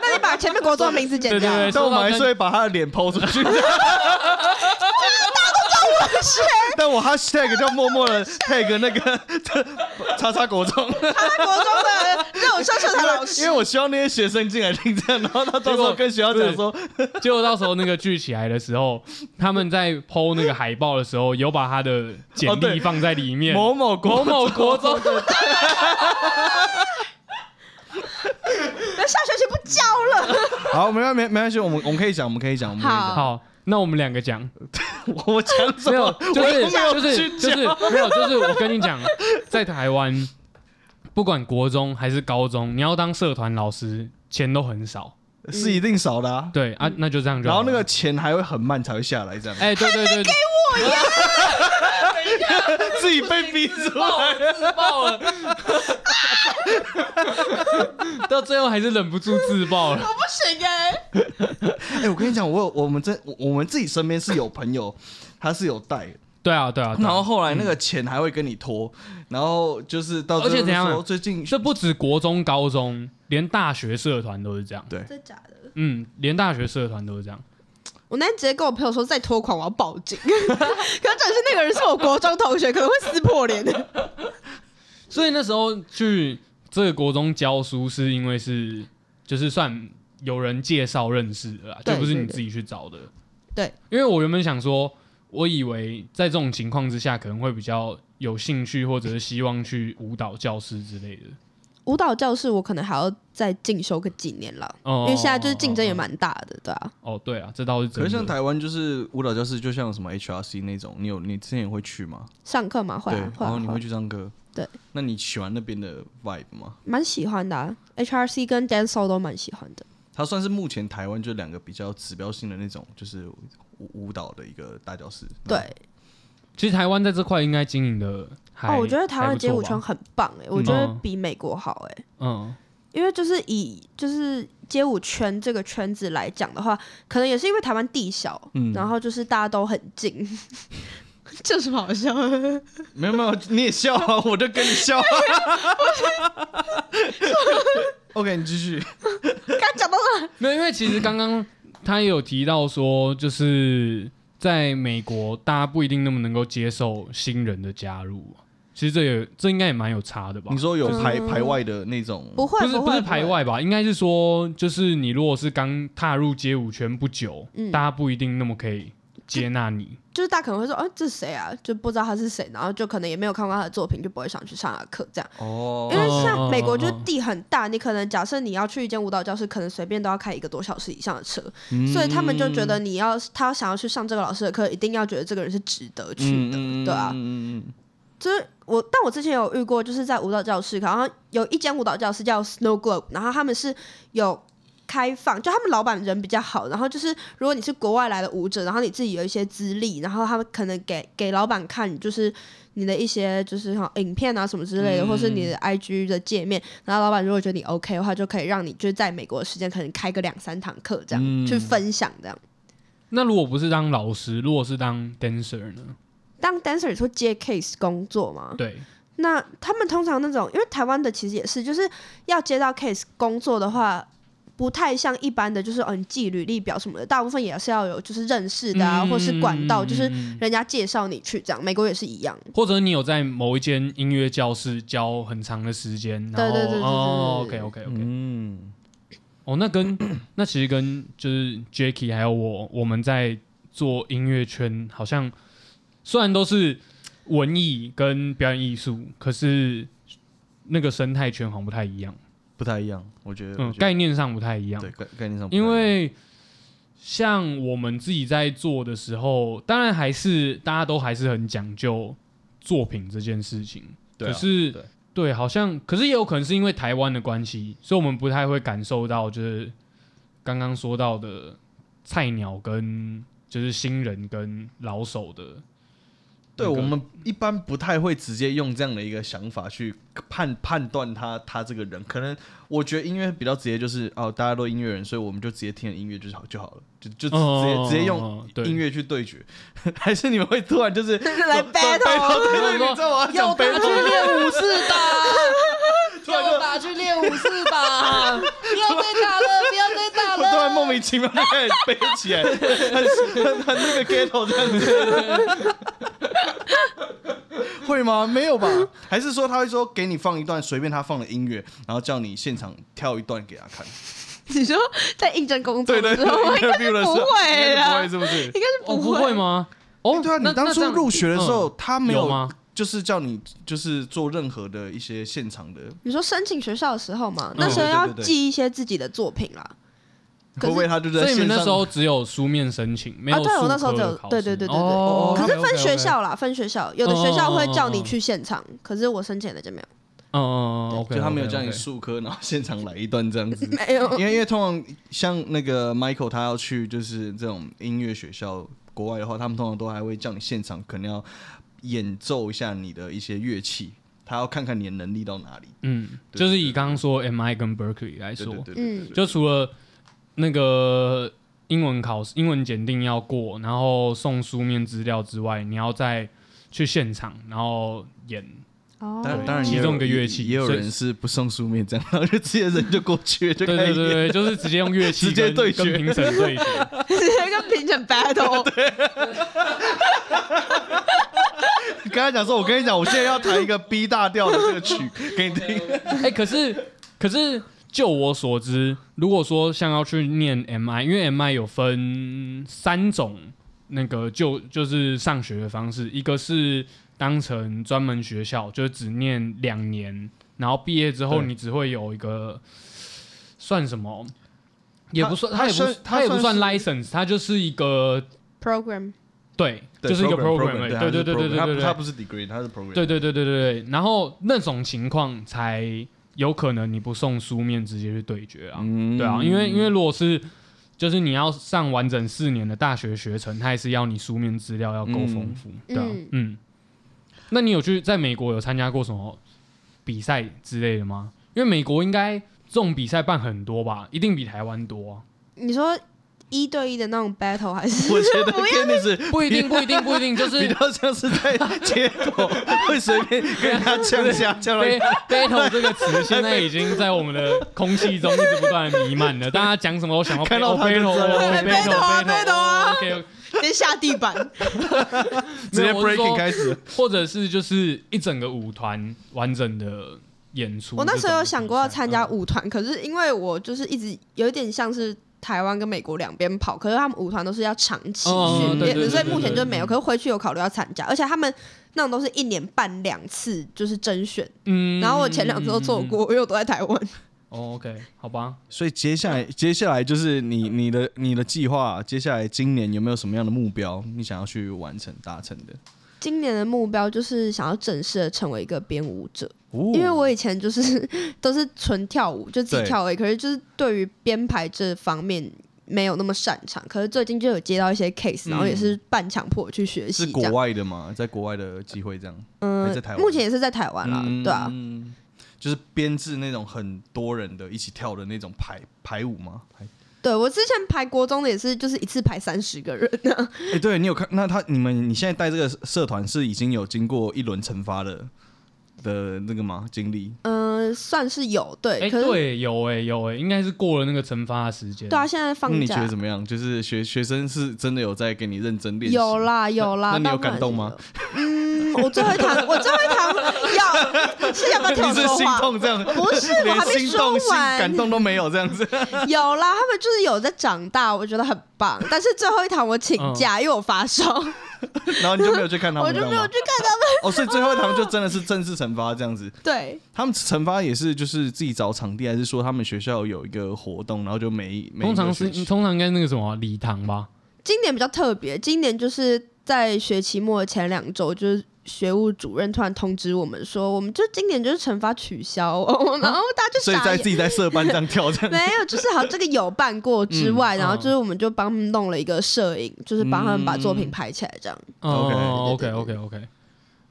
Speaker 3: 那你把前面国中的名字剪
Speaker 2: 对
Speaker 3: 掉，
Speaker 2: 对对
Speaker 1: 但我们还是
Speaker 2: 哎说到
Speaker 1: 会把他的脸抛出去。但我 hashtag 就默默的 tag 那 个叉叉国中，
Speaker 3: 他国中的热舞社社团老
Speaker 1: 因
Speaker 3: 师
Speaker 1: 为，我希望那些学生进来听这样，然后他到时候跟学校讲说，
Speaker 2: 结果到时候那个聚起来的时候，他们在剖那个海报的时候，有把他的
Speaker 1: 哦
Speaker 2: 简
Speaker 1: 对
Speaker 2: 历放在里面。
Speaker 1: 某某国
Speaker 2: 某某国中的，
Speaker 3: 那下学期不教了。
Speaker 1: 好，没关没没关系，我们我们可以讲，我们可以讲，我们可以讲。
Speaker 2: 好，那我们两个讲，
Speaker 1: 我讲什
Speaker 2: 没有
Speaker 1: 么？，
Speaker 2: 就
Speaker 1: 我
Speaker 2: 是
Speaker 1: 又没有
Speaker 2: 就是
Speaker 1: 去
Speaker 2: 就是
Speaker 1: 讲。
Speaker 2: 没有，就是我跟你讲，在台湾，不管国中还是高中，你要当社团老师，钱都很少。
Speaker 1: 是一定少的啊。
Speaker 2: 对啊，那就这样就
Speaker 1: 然
Speaker 2: 好
Speaker 1: 后
Speaker 2: 了。
Speaker 1: 那个钱还会很慢才会下来，这样
Speaker 2: 哎、对对对，
Speaker 1: 自己被逼出
Speaker 2: 哦
Speaker 1: 来。
Speaker 2: 自爆了， 到最后还是忍不住自爆了。
Speaker 3: 我不行哎、
Speaker 1: 哎，我跟你讲，我有我们真我我们自己身边是有朋友，他是有贷，
Speaker 2: 对啊，对啊，对啊
Speaker 1: 然后后来那个钱还会跟你拖，然后就是到最后
Speaker 2: 而且怎样啊
Speaker 1: 就说最近
Speaker 2: 这不止国中、高中，连大学社团都是这样。
Speaker 1: 对
Speaker 3: 真假的？
Speaker 2: 嗯，连大学社团都是这样。
Speaker 3: 我那天直接跟我朋友说，再拖款我要报警。 可是真的是那个人是我国中同学，可能会撕破脸。
Speaker 2: 所以那时候去这个国中教书，是因为是就是算有人介绍认识的啦，
Speaker 3: 对
Speaker 2: 就不是你自己去找的。
Speaker 3: 对对
Speaker 2: 因为我原本想说，我以为在这种情况之下，可能会比较有兴趣，或者是希望去舞蹈教室之类的。
Speaker 3: 舞蹈教室我可能还要再进修个几年了，
Speaker 2: 哦
Speaker 3: 因为现在就是竞争也蛮大的，对啊。
Speaker 2: 哦，对啊，这倒是真的。
Speaker 1: 可是像台湾就是舞蹈教室，就像什么 HRC 那种，你有你之前也会去吗？
Speaker 3: 上课嘛会
Speaker 1: 对
Speaker 3: 啊，，会
Speaker 1: 然后
Speaker 3: 啊
Speaker 1: 你
Speaker 3: 会
Speaker 1: 会
Speaker 3: 啊，
Speaker 1: 去唱歌。
Speaker 3: 对，
Speaker 1: 那你喜欢那边的 vibe 吗？
Speaker 3: 蛮喜欢的、啊。HRC 跟 Dancehall 都蛮喜欢的。
Speaker 1: 它算是目前台湾就两个比较指标性的那种，就是舞舞蹈的一个大教室。
Speaker 3: 对，
Speaker 2: 其实台湾在这块应该经营的还
Speaker 3: 哦，我觉得台湾街舞圈
Speaker 2: 还不错吧
Speaker 3: 很棒哎、我
Speaker 2: 嗯
Speaker 3: 觉得
Speaker 2: 哦
Speaker 3: 比美国好哎、
Speaker 2: 嗯
Speaker 3: 因为就是以就是街舞圈这个圈子来讲的话，可能也是因为台湾地小，
Speaker 1: 嗯
Speaker 3: 然后就是大家都很近， 这有什么好笑的？
Speaker 1: 没有没有，你也笑啊，我就跟你笑 啊。OK，你继续。
Speaker 3: 刚讲到哪？
Speaker 2: 没有，因为其实刚刚他也有提到说，就是在美国，大家不一定那么能够接受新人的加入。其实这也这应该也蛮有差的吧？
Speaker 1: 你说有排
Speaker 3: 嗯
Speaker 1: 排外的那种，
Speaker 3: 不会，
Speaker 2: 不是
Speaker 3: 会
Speaker 2: 不是
Speaker 3: 会
Speaker 2: 排外吧？应该是说，就是你如果是刚踏入街舞圈不久，
Speaker 3: 嗯
Speaker 2: 大家不一定那么可以接纳你。
Speaker 3: 就是大家可能会说，哦、这谁啊？就不知道他是谁，然后就可能也没有看过他的作品，就不会想去上他的课这样。
Speaker 1: 哦
Speaker 3: 因，为
Speaker 2: 哦
Speaker 3: 像美国就是地很大，你可能假设你要去一间舞蹈教室，可能随便都要开一个多小时以上的车，所以他们就觉得你要他想要去上这个老师的课，一定要觉得这个人是值得去的，
Speaker 1: 嗯
Speaker 3: 对啊
Speaker 1: 嗯嗯嗯
Speaker 3: 就是我，但我之前有遇过，就是在舞蹈教室，然后有一间舞蹈教室叫 Snow Globe，然后他们是有开放，就他们老板人比较好，然后就是如果你是国外来的舞者，然后你自己有一些资历，然后他们可能给给老板看，就是你的一些就是像影片啊什么之类的，
Speaker 1: 嗯
Speaker 3: 或是你的 IG 的界面，然后老板如果觉得你 OK 的话，就可以让你就是在美国的时间可能开个两三堂课这样、
Speaker 1: 嗯
Speaker 3: 去分享这样。
Speaker 2: 那如果不是当老师，如果是当 dancer 呢？
Speaker 3: 当 dancer 你说接 case 工作吗？
Speaker 2: 对，
Speaker 3: 那他们通常那种，因为台湾的其实也是，就是要接到 case 工作的话，不太像一般的，就是嗯、哦、你记履历表什么的，大部分也是要有就是认识的啊，
Speaker 2: 嗯
Speaker 3: 或是管道，
Speaker 2: 嗯
Speaker 3: 就是
Speaker 2: 嗯嗯
Speaker 3: 人家介绍你去这样。美国也是一样，
Speaker 2: 或者你有在某一间音乐教室教很长的时间，然后
Speaker 3: 对对对对对
Speaker 2: 哦
Speaker 3: 对
Speaker 2: ，OK OK
Speaker 3: 对
Speaker 1: 嗯
Speaker 2: OK，、
Speaker 1: 嗯，
Speaker 2: 哦，那跟那其实跟就是 Jacky 还有我，我们在做音乐圈，好像虽然都是文艺跟表演艺术，可是那个生态圈好像不太一样，
Speaker 1: 不太一样，我觉得。
Speaker 2: 嗯
Speaker 1: 我，觉得
Speaker 2: 概念上不太一样。
Speaker 1: 对概概念上不太一样，
Speaker 2: 因为像我们自己在做的时候，当然还是大家都还是很讲究作品这件事情。
Speaker 1: 对啊
Speaker 2: 可是
Speaker 1: 对
Speaker 2: 对，好像可是也有可能是因为台湾的关系，所以我们不太会感受到就是刚刚说到的菜鸟跟就是新人跟老手的
Speaker 1: 对
Speaker 2: 那
Speaker 1: 我
Speaker 2: 个
Speaker 1: 们一般不太会直接用这样的一个想法去判判断他他这个人，可能我觉得音乐比较直接，就是哦，大家都音乐人，所以我们就直接听音乐就好就好了，就就直接、
Speaker 2: 嗯
Speaker 1: 直接
Speaker 2: 嗯
Speaker 1: 用
Speaker 2: 嗯对
Speaker 1: 音乐去对决，还是你们会突然就是
Speaker 3: 来 battle，
Speaker 1: battle，对对对，
Speaker 2: 对
Speaker 1: 你知道我要
Speaker 3: 有
Speaker 1: 讲
Speaker 3: 吧
Speaker 1: battle，
Speaker 3: 去练武士
Speaker 1: 突
Speaker 3: 吧，
Speaker 1: 然就
Speaker 3: 有吧去练武士 吧，不要再打了，不要再打
Speaker 1: 我突然
Speaker 3: 了。
Speaker 1: 莫名其妙就开始背起来，很很很那个 ghetto 这样子，会吗？没有吧？还是说他会说给你放一段随便他放的音乐，然后叫你现场跳一段给他看？
Speaker 3: 你说在应征工作
Speaker 1: 对
Speaker 3: 的
Speaker 1: 对对
Speaker 3: 时候，应该
Speaker 1: ，interview
Speaker 3: 是
Speaker 1: 的时
Speaker 3: 不
Speaker 1: 候
Speaker 3: 会
Speaker 1: 应该
Speaker 3: 啦，
Speaker 1: 是不会是不是？
Speaker 3: 应该是
Speaker 2: 哦，不
Speaker 3: 会
Speaker 2: 会？吗？哦，
Speaker 1: 对啊，你
Speaker 2: 那
Speaker 1: 当
Speaker 2: 啊那
Speaker 1: 初
Speaker 2: 这样
Speaker 1: 入学的时候，
Speaker 2: 嗯
Speaker 1: 他没
Speaker 2: 有吗
Speaker 1: 就是叫你就是做任何的一些现场的，
Speaker 3: 你说申请学校的时候嘛，
Speaker 2: 嗯
Speaker 3: 那时候要
Speaker 1: 对对对对
Speaker 3: 寄一些自己的作品啦。
Speaker 1: 会
Speaker 3: 可是
Speaker 1: 不会他就在
Speaker 2: 所以你
Speaker 1: 线
Speaker 2: 们那
Speaker 1: 上
Speaker 2: 时候只有书面申请，没有
Speaker 3: 啊对我
Speaker 2: 术
Speaker 3: 那时候
Speaker 2: 科
Speaker 3: 只
Speaker 2: 的
Speaker 3: 有
Speaker 2: 考
Speaker 3: 对
Speaker 2: 试
Speaker 3: 对对对对
Speaker 2: 哦，
Speaker 3: 可是
Speaker 2: OK，OK，OK
Speaker 3: 分学，校啦，分学校，有的学校会叫你去现场，可是我申请了就没有，
Speaker 2: 嗯嗯嗯，OK，
Speaker 1: 就他没有叫
Speaker 2: 这样
Speaker 1: 你数科，然后现场来一段这样子。
Speaker 3: 没有。
Speaker 1: 因为因为通常像那个 Michael 他要去就是这种音乐学校国外的话，他们通常都还会叫你现场可能要演奏一下你的一些乐器，他要看看你的能力到哪里。
Speaker 2: 嗯，
Speaker 1: 对
Speaker 2: 就是
Speaker 1: 对
Speaker 2: 以
Speaker 1: 对
Speaker 2: 刚刚说 MI 跟 Berkeley 来
Speaker 1: 对
Speaker 2: 说
Speaker 1: 对，对对对
Speaker 3: 嗯
Speaker 1: 对
Speaker 2: 就除了那个英文考试、英文检定要过，然后送书面资料之外，你要再去现场，然后演。
Speaker 3: 哦
Speaker 1: 当然当 然
Speaker 2: 其
Speaker 1: 也有
Speaker 2: 中一个乐器
Speaker 1: 也有
Speaker 2: 所以
Speaker 1: 人是不送书面这样，然后就直接人就过去了，就
Speaker 2: 对
Speaker 1: 开
Speaker 2: 对
Speaker 1: 始
Speaker 2: 对
Speaker 1: 演。
Speaker 2: 对，就是直接用乐器
Speaker 1: 直接
Speaker 2: 跟
Speaker 1: 对决
Speaker 2: 跟评审对决。
Speaker 3: 一个评 审 battle，
Speaker 1: 跟他讲说，我跟你讲，我现在要弹一个 B 大调的这个曲给 你听。
Speaker 2: 哎、可是可是就我所知，如果说像要去念 MI，因为 MI 有分三种那个就就是上学的方式，一个是当成专门学校，就是只念两年，然后毕业之后
Speaker 1: 对
Speaker 2: 你只会有一个算什么？也不算，
Speaker 1: 它
Speaker 2: 它也不
Speaker 1: 它算
Speaker 2: 它也不
Speaker 1: 它
Speaker 2: 算
Speaker 1: 算
Speaker 2: license，它就是一个
Speaker 3: program
Speaker 2: 对，就是一个 program，而已对
Speaker 1: 对
Speaker 2: 对对对对
Speaker 1: 他
Speaker 2: 对，
Speaker 1: 他不是 degree，他是 program。
Speaker 2: 对对对对对对，然后那种情况才有可能你不送书面直接去对决啊，
Speaker 1: 嗯
Speaker 2: 对啊，因为因为如果是就是你要上完整四年的大学学程，它也是要你书面资料要够丰富，对啊，
Speaker 3: 嗯
Speaker 2: 嗯那你有去在美国有参加过什么比赛之类的吗？因为美国应该这种比赛办很多吧，一定比台湾多、啊，
Speaker 3: 你说一对一的那种 battle 还 是？
Speaker 1: 我觉得 Kenny 是
Speaker 2: 不一定不一定不一定， 就
Speaker 1: 比
Speaker 2: 是
Speaker 1: 较像是在街头会随便跟人家呛 下，呛到
Speaker 2: ba- battle 这个词现在已经在我们的空气中一直不断地弥漫了，大家讲什么都想要
Speaker 1: 看到它就
Speaker 2: battle 哦
Speaker 1: 知道
Speaker 2: battle
Speaker 3: 对 battle 啊
Speaker 2: battle 哦
Speaker 3: battle 啊
Speaker 2: OK，
Speaker 3: 先下地板，
Speaker 1: 直接
Speaker 2: 没有我是说
Speaker 1: breaking 开始。
Speaker 2: 或者是就是一整个舞团完整的演出。
Speaker 3: 我那时候有想过要参加
Speaker 2: 舞，
Speaker 3: 舞团，可是因为我就是一直有一点像是台湾跟美国两边跑，可是他们舞团都是要长期
Speaker 2: 哦
Speaker 3: 训
Speaker 2: 对
Speaker 3: 练
Speaker 2: 对
Speaker 3: 的，
Speaker 2: 对
Speaker 3: 所以
Speaker 2: 对
Speaker 3: 目前
Speaker 2: 对
Speaker 3: 就
Speaker 2: 对
Speaker 3: 没有。可是回去有考虑要参加，而且他们那种都是一年办两次，就是甄选。
Speaker 2: 嗯
Speaker 3: 然后我前两周做。
Speaker 1: 嗯
Speaker 3: 过，因为我都在台湾。
Speaker 2: 哦，OK，好吧，
Speaker 1: 所以接下来，接下来就是你你的你的计划，接下来今年有没有什么样的目标，你想要去完成达成的？
Speaker 3: 今年的目标就是想要正式的成为一个编舞者，
Speaker 1: 哦
Speaker 3: 因为我以前就是 都是纯跳舞，就自己
Speaker 1: 对
Speaker 3: 跳而已。可是就是对于编排这方面没有那么擅长。可是最近就有接到一些 case，
Speaker 1: 嗯
Speaker 3: 然后也是半强迫去学习
Speaker 1: 是
Speaker 3: 这
Speaker 1: 国
Speaker 3: 样。
Speaker 1: 外的嘛，在国外的机会这样，还是
Speaker 3: 嗯
Speaker 1: 在台，湾
Speaker 3: 目前也是在台湾啦，对啊。
Speaker 1: 嗯，就是编制那种很多人的一起跳的那种排排舞吗？排
Speaker 3: 对我之前排国中的也是，就是一次排三十个人啊。
Speaker 1: 哎、对你有看？那他你们你现在带这个社团是已经有经过一轮惩罚的的那个吗？经历？
Speaker 3: 嗯，算是有对，
Speaker 2: 哎，
Speaker 3: 可是
Speaker 2: 对，有哎有哎，应该是过了那个惩罚的时间。
Speaker 3: 对啊，现在放
Speaker 1: 那你觉
Speaker 3: 假
Speaker 1: 得怎么样？就是学学生是真的有在给你认真练习？
Speaker 3: 有啦有啦，
Speaker 1: 那你有
Speaker 3: 当然
Speaker 1: 感动吗
Speaker 3: 有？嗯，我最会弹，我最会弹，要是要不 要
Speaker 1: 你
Speaker 3: 听我
Speaker 1: 是
Speaker 3: 说
Speaker 1: 心
Speaker 3: 话？
Speaker 1: 痛这样，
Speaker 3: 不是，我
Speaker 1: 连
Speaker 3: 还没
Speaker 1: 心
Speaker 3: 说
Speaker 1: 动、心
Speaker 3: 完
Speaker 1: 感。动都没有这样子。
Speaker 3: 有啦，他们就是有在长大，我觉得很棒。
Speaker 1: 嗯
Speaker 3: 但是最后一堂我请假，因为我发烧，
Speaker 1: 然后你就没有去看他
Speaker 3: 我
Speaker 1: 们，
Speaker 3: 就
Speaker 1: 这样
Speaker 3: 没有
Speaker 1: 吗？
Speaker 3: 去看他们。
Speaker 1: 哦，所以最后一堂就真的是正式惩罚这样子。
Speaker 3: 对，
Speaker 1: 他们惩罚也是就是自己找场地，还是说他们学校有一个活动，然后就每每一
Speaker 2: 通
Speaker 1: 个
Speaker 2: 常
Speaker 1: 学
Speaker 2: 是嗯
Speaker 1: 期
Speaker 2: 通常应该那个什么啊礼堂吧，
Speaker 3: 今年比较特别，今年就是在学期末的前两周，就是学务主任突然通知我们说，我们就今年就是惩罚取消、哦， 然后大家就
Speaker 1: 所以
Speaker 3: 傻
Speaker 1: 在
Speaker 3: 眼
Speaker 1: 自。己在社办这样跳 这样。
Speaker 3: 没有，就是好像这个有办过之外，
Speaker 2: 嗯
Speaker 3: 然后就是我们就帮他们弄了一个摄影，就是帮他们把
Speaker 2: 嗯
Speaker 3: 作品拍起来这样。
Speaker 1: OK，
Speaker 2: 哦
Speaker 3: 对
Speaker 2: OK
Speaker 3: 对
Speaker 2: OK OK，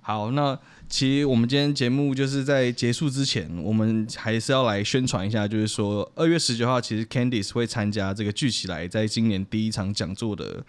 Speaker 1: 好，那其实我们今天节目就是在结束之前，我们还是要来宣传一下，就是说二月十九号，其实 Candice 会参加这个聚起来在今年第一场讲座的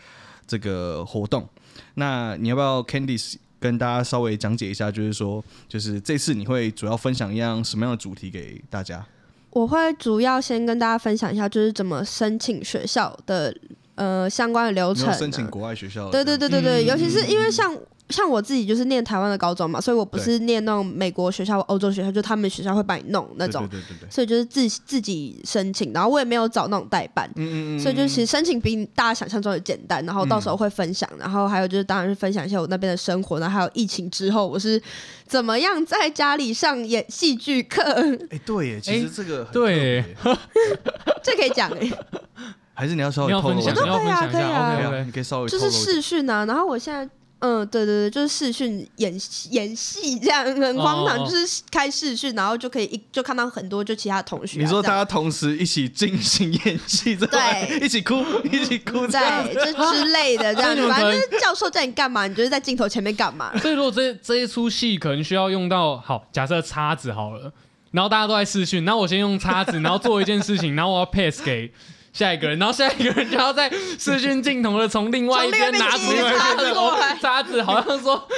Speaker 1: 这个活动。那你要不要 Candice 跟大家稍微讲解一下，就是说，就是这次你会主要分享一样什么样的主题给大家？
Speaker 3: 我会主要先跟大家分享一下，就是怎么申请学校的呃相关的流
Speaker 1: 你
Speaker 3: 程、
Speaker 1: 有
Speaker 3: 啊。
Speaker 1: 申请国外学校的这
Speaker 3: 对
Speaker 1: 样？
Speaker 3: 对对对对，
Speaker 2: 嗯
Speaker 3: 尤其是因为像像我自己就是念台湾的高中嘛，所以我不是念那种美国学校、欧洲学校，就他们学校会帮你弄那种，
Speaker 1: 对对对对对。
Speaker 3: 所以就是自自己申请，然后我也没有找那种代办。
Speaker 1: 嗯嗯嗯嗯。嗯
Speaker 3: 所以就其实申请比你大家想象中的简单，然后到时候会分享，然后还有就是当然是分享一下我那边的生活，然后还有疫情之后我是怎么样在家里上演戏剧课，
Speaker 1: 哎、对耶，其实这个很特
Speaker 2: 对
Speaker 1: 别，
Speaker 3: 这可以讲哎、
Speaker 1: 还是你要稍微
Speaker 2: 你要
Speaker 1: 透露
Speaker 2: 分
Speaker 1: 一下
Speaker 2: 享，你要分享一
Speaker 3: 可以啊
Speaker 2: 下
Speaker 3: 可
Speaker 1: 对
Speaker 2: ，OK
Speaker 1: 啊
Speaker 2: OK，
Speaker 1: 你可以稍微
Speaker 3: 就
Speaker 1: 透
Speaker 3: 是
Speaker 1: 露一
Speaker 3: 视讯啊，然后我现在。嗯，对对对，就是视讯演戏演戏这样很荒唐，
Speaker 2: 哦哦
Speaker 3: 就是开视讯，然后就可以一就看到很多就其他同学、啊，
Speaker 1: 你说
Speaker 3: 这
Speaker 1: 大家
Speaker 3: 样
Speaker 1: 同时一起进行演戏，这
Speaker 3: 对嗯
Speaker 1: 一起哭，一起哭，这样
Speaker 3: 对这之类的这 样
Speaker 2: 所以你，们
Speaker 3: 反
Speaker 2: 可
Speaker 3: 正
Speaker 2: 能
Speaker 3: 就是教授叫你干嘛，你就是在镜头前面干嘛。
Speaker 2: 所以如果这这一出戏可能需要用到，好，假设叉子好了，然后大家都在试训，然后我先用叉子，然后做一件事情，然后我要 pass 给下一个人，然后下一个人就要在视讯镜头的从另外一边拿出
Speaker 3: 从另外一边
Speaker 2: 叉子
Speaker 3: 一直插过来
Speaker 2: 哦叉子好像说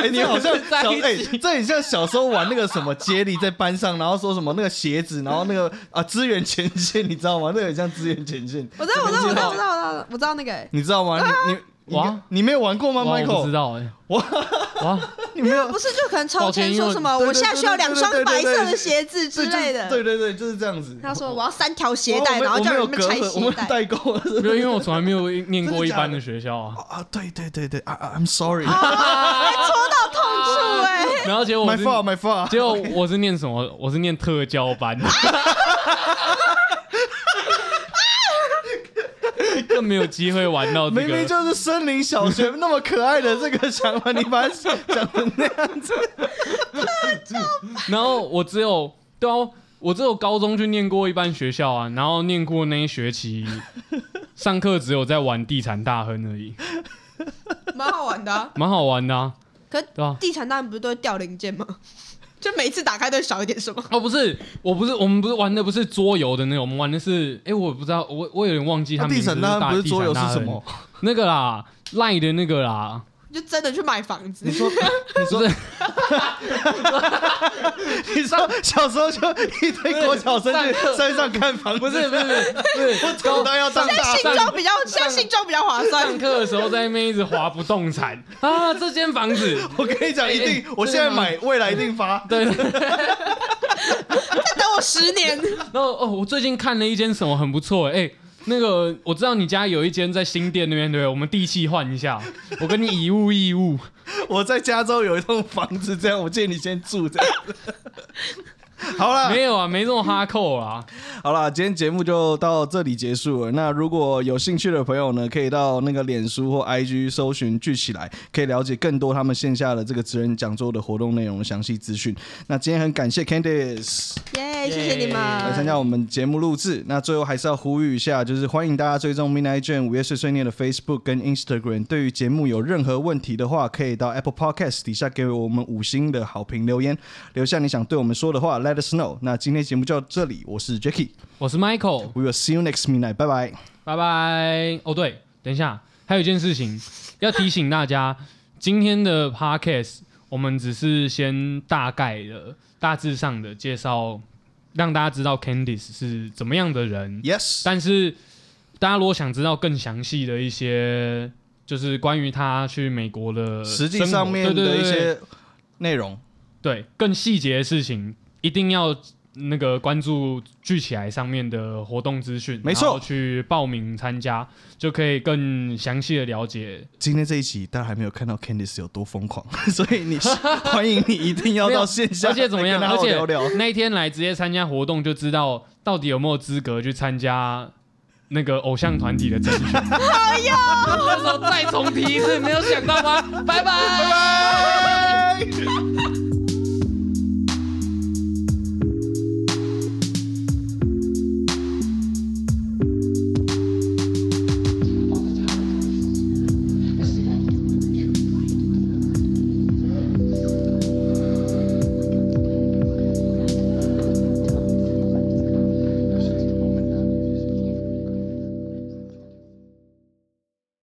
Speaker 1: 哎，你好像
Speaker 2: 在
Speaker 1: 小
Speaker 2: 一
Speaker 1: 哎
Speaker 2: 起，
Speaker 1: 这很像小时候玩那个什么接力，在班上，然后说什么那个鞋子，然后那个啊支援前线，你知道吗？那个很像支援前线，
Speaker 3: 我知道，我知道，我知道，我知道，我知道，我知道那个、欸，
Speaker 1: 你知道吗？你你你
Speaker 2: 哇
Speaker 1: 你没有玩过吗
Speaker 2: 哇我不知
Speaker 1: ，Michael？
Speaker 2: 道哎，哇
Speaker 1: 你没有
Speaker 3: 不是就可能抽
Speaker 2: 抱歉
Speaker 3: 签
Speaker 2: 因为
Speaker 3: 说什么，
Speaker 1: 对对
Speaker 3: 我现在需要两双白色的鞋子之
Speaker 1: 对
Speaker 3: 类
Speaker 1: 就是
Speaker 3: 的。
Speaker 1: 对对对，就是这样子。
Speaker 3: 他说我要三条
Speaker 1: 我
Speaker 3: 鞋
Speaker 1: 我
Speaker 3: 带，
Speaker 1: 们
Speaker 3: 然后叫
Speaker 1: 我
Speaker 3: 人
Speaker 1: 们
Speaker 3: 们
Speaker 1: 有
Speaker 3: 拆
Speaker 1: 隔阂我
Speaker 3: 鞋
Speaker 1: 们
Speaker 3: 带。
Speaker 1: 代沟了
Speaker 2: 没有，因为我从来没有念过
Speaker 1: 真的
Speaker 2: 一
Speaker 1: 假
Speaker 2: 般
Speaker 1: 的
Speaker 2: 的学校啊，
Speaker 1: 啊！对对对对啊啊，I'm sorry，
Speaker 3: 啊，被戳到痛处哎、
Speaker 2: 然后结果我
Speaker 1: my
Speaker 2: 是
Speaker 1: fault my fault。
Speaker 2: 结果我是念什么？我是念特教班，更没有机会玩到这个。
Speaker 1: 明明就是森林小学那么可爱的这个想法，你把它讲成那样子。
Speaker 2: 然后我只有对啊，我只有高中去念过一般学校啊，然后念过那一学期，上课只有在玩地产大亨而已，
Speaker 3: 蛮好玩的、啊。
Speaker 2: 蛮好玩的、啊，
Speaker 3: 可
Speaker 2: 对吧、啊？
Speaker 3: 地产大人不是都会掉零件吗？就每一次打开都会少一点什么？
Speaker 2: 哦，不是，我不是，我们不是玩的不是桌游的那种，我们玩的是，哎，我不知道，我我有点忘记他们、
Speaker 1: 地产
Speaker 2: 大
Speaker 1: 大亨不是
Speaker 2: 地
Speaker 1: 桌游是
Speaker 2: 产大
Speaker 1: 什
Speaker 2: 亨
Speaker 1: 么？
Speaker 2: 那个啦，赖的那个啦，
Speaker 3: 就真的去买房子
Speaker 1: 你？说，你说
Speaker 2: 不，
Speaker 1: 你说小时候就一堆国小生
Speaker 2: 上
Speaker 1: 去
Speaker 2: 课
Speaker 1: 山上看房子，
Speaker 2: 不是不是不是，
Speaker 1: 我长大要当
Speaker 3: 现在
Speaker 1: 大
Speaker 3: 信
Speaker 1: 山。
Speaker 3: 州比较，现在信州比较划
Speaker 2: 上
Speaker 3: 算。
Speaker 2: 课的时候在那边一直划不动产啊，这间房子，
Speaker 1: 我跟你讲，一定
Speaker 2: 哎哎，
Speaker 1: 我现在买，未来一定发。
Speaker 2: 对，
Speaker 3: 再等我十年，
Speaker 2: 然后哦，我最近看了一间什么很不错哎、那个我知道你家有一间在新店那边对不对？我们地契换一下，我跟你以物易物，
Speaker 1: 我在加州有一栋房子，这样我借你先住，这 样。好了，
Speaker 2: 没有啊，没这么哈扣啊啦。
Speaker 1: 好啦，今天节目就到这里结束了。那如果有兴趣的朋友呢，可以到那个脸书或 IG 搜寻聚起来，可以了解更多他们线下的这个职人讲座的活动内容的详细资讯。那今天很感谢 Candice
Speaker 3: 耶！谢谢你们
Speaker 1: 来参加我们节目录制。那最后还是要呼吁一下，就是欢迎大家追踪 Midnight j a m 午夜碎碎念的 Facebook 跟 Instagram。对于节目有任何问题的话，可以到 Apple Podcast 底下给我们五星的好评留言，留下你想对我们说的话，Let us know。那今天节目就到这里，我是 Jacky。
Speaker 2: 我是 Michael，
Speaker 1: We will see you next midnight. Bye bye.
Speaker 2: 拜拜。哦对，等一下，还有一件事情要提醒大家，今天的 Podcast 我们只是先大概的、大致上的介绍，让大家知道 Candice 是怎么样的人。
Speaker 1: Yes.
Speaker 2: 但是大家如果想知道更详细的一些，就是关于他去美国的
Speaker 1: 实际
Speaker 2: 呃生活
Speaker 1: 上面
Speaker 2: 对
Speaker 1: 的
Speaker 2: 对
Speaker 1: 一
Speaker 2: 对对
Speaker 1: 些内容，
Speaker 2: 对更细节的事情，一定要那个关注聚起来上面的活动资讯，
Speaker 1: 没
Speaker 2: 然后
Speaker 1: 错
Speaker 2: 去报名参加就可以更详细的了解。
Speaker 1: 今天这一集大家还没有看到 Candice 有多疯狂， 所以你欢迎你一定要到线下，
Speaker 2: 而且怎么样？
Speaker 1: 来
Speaker 2: 而
Speaker 1: 跟他
Speaker 2: 且
Speaker 1: 聊聊。
Speaker 2: 那一天来直接参加活动，就知道到底有没有资格去参加那个偶像团体的甄选。那时候再重提一次，没有想到吧？拜拜。拜拜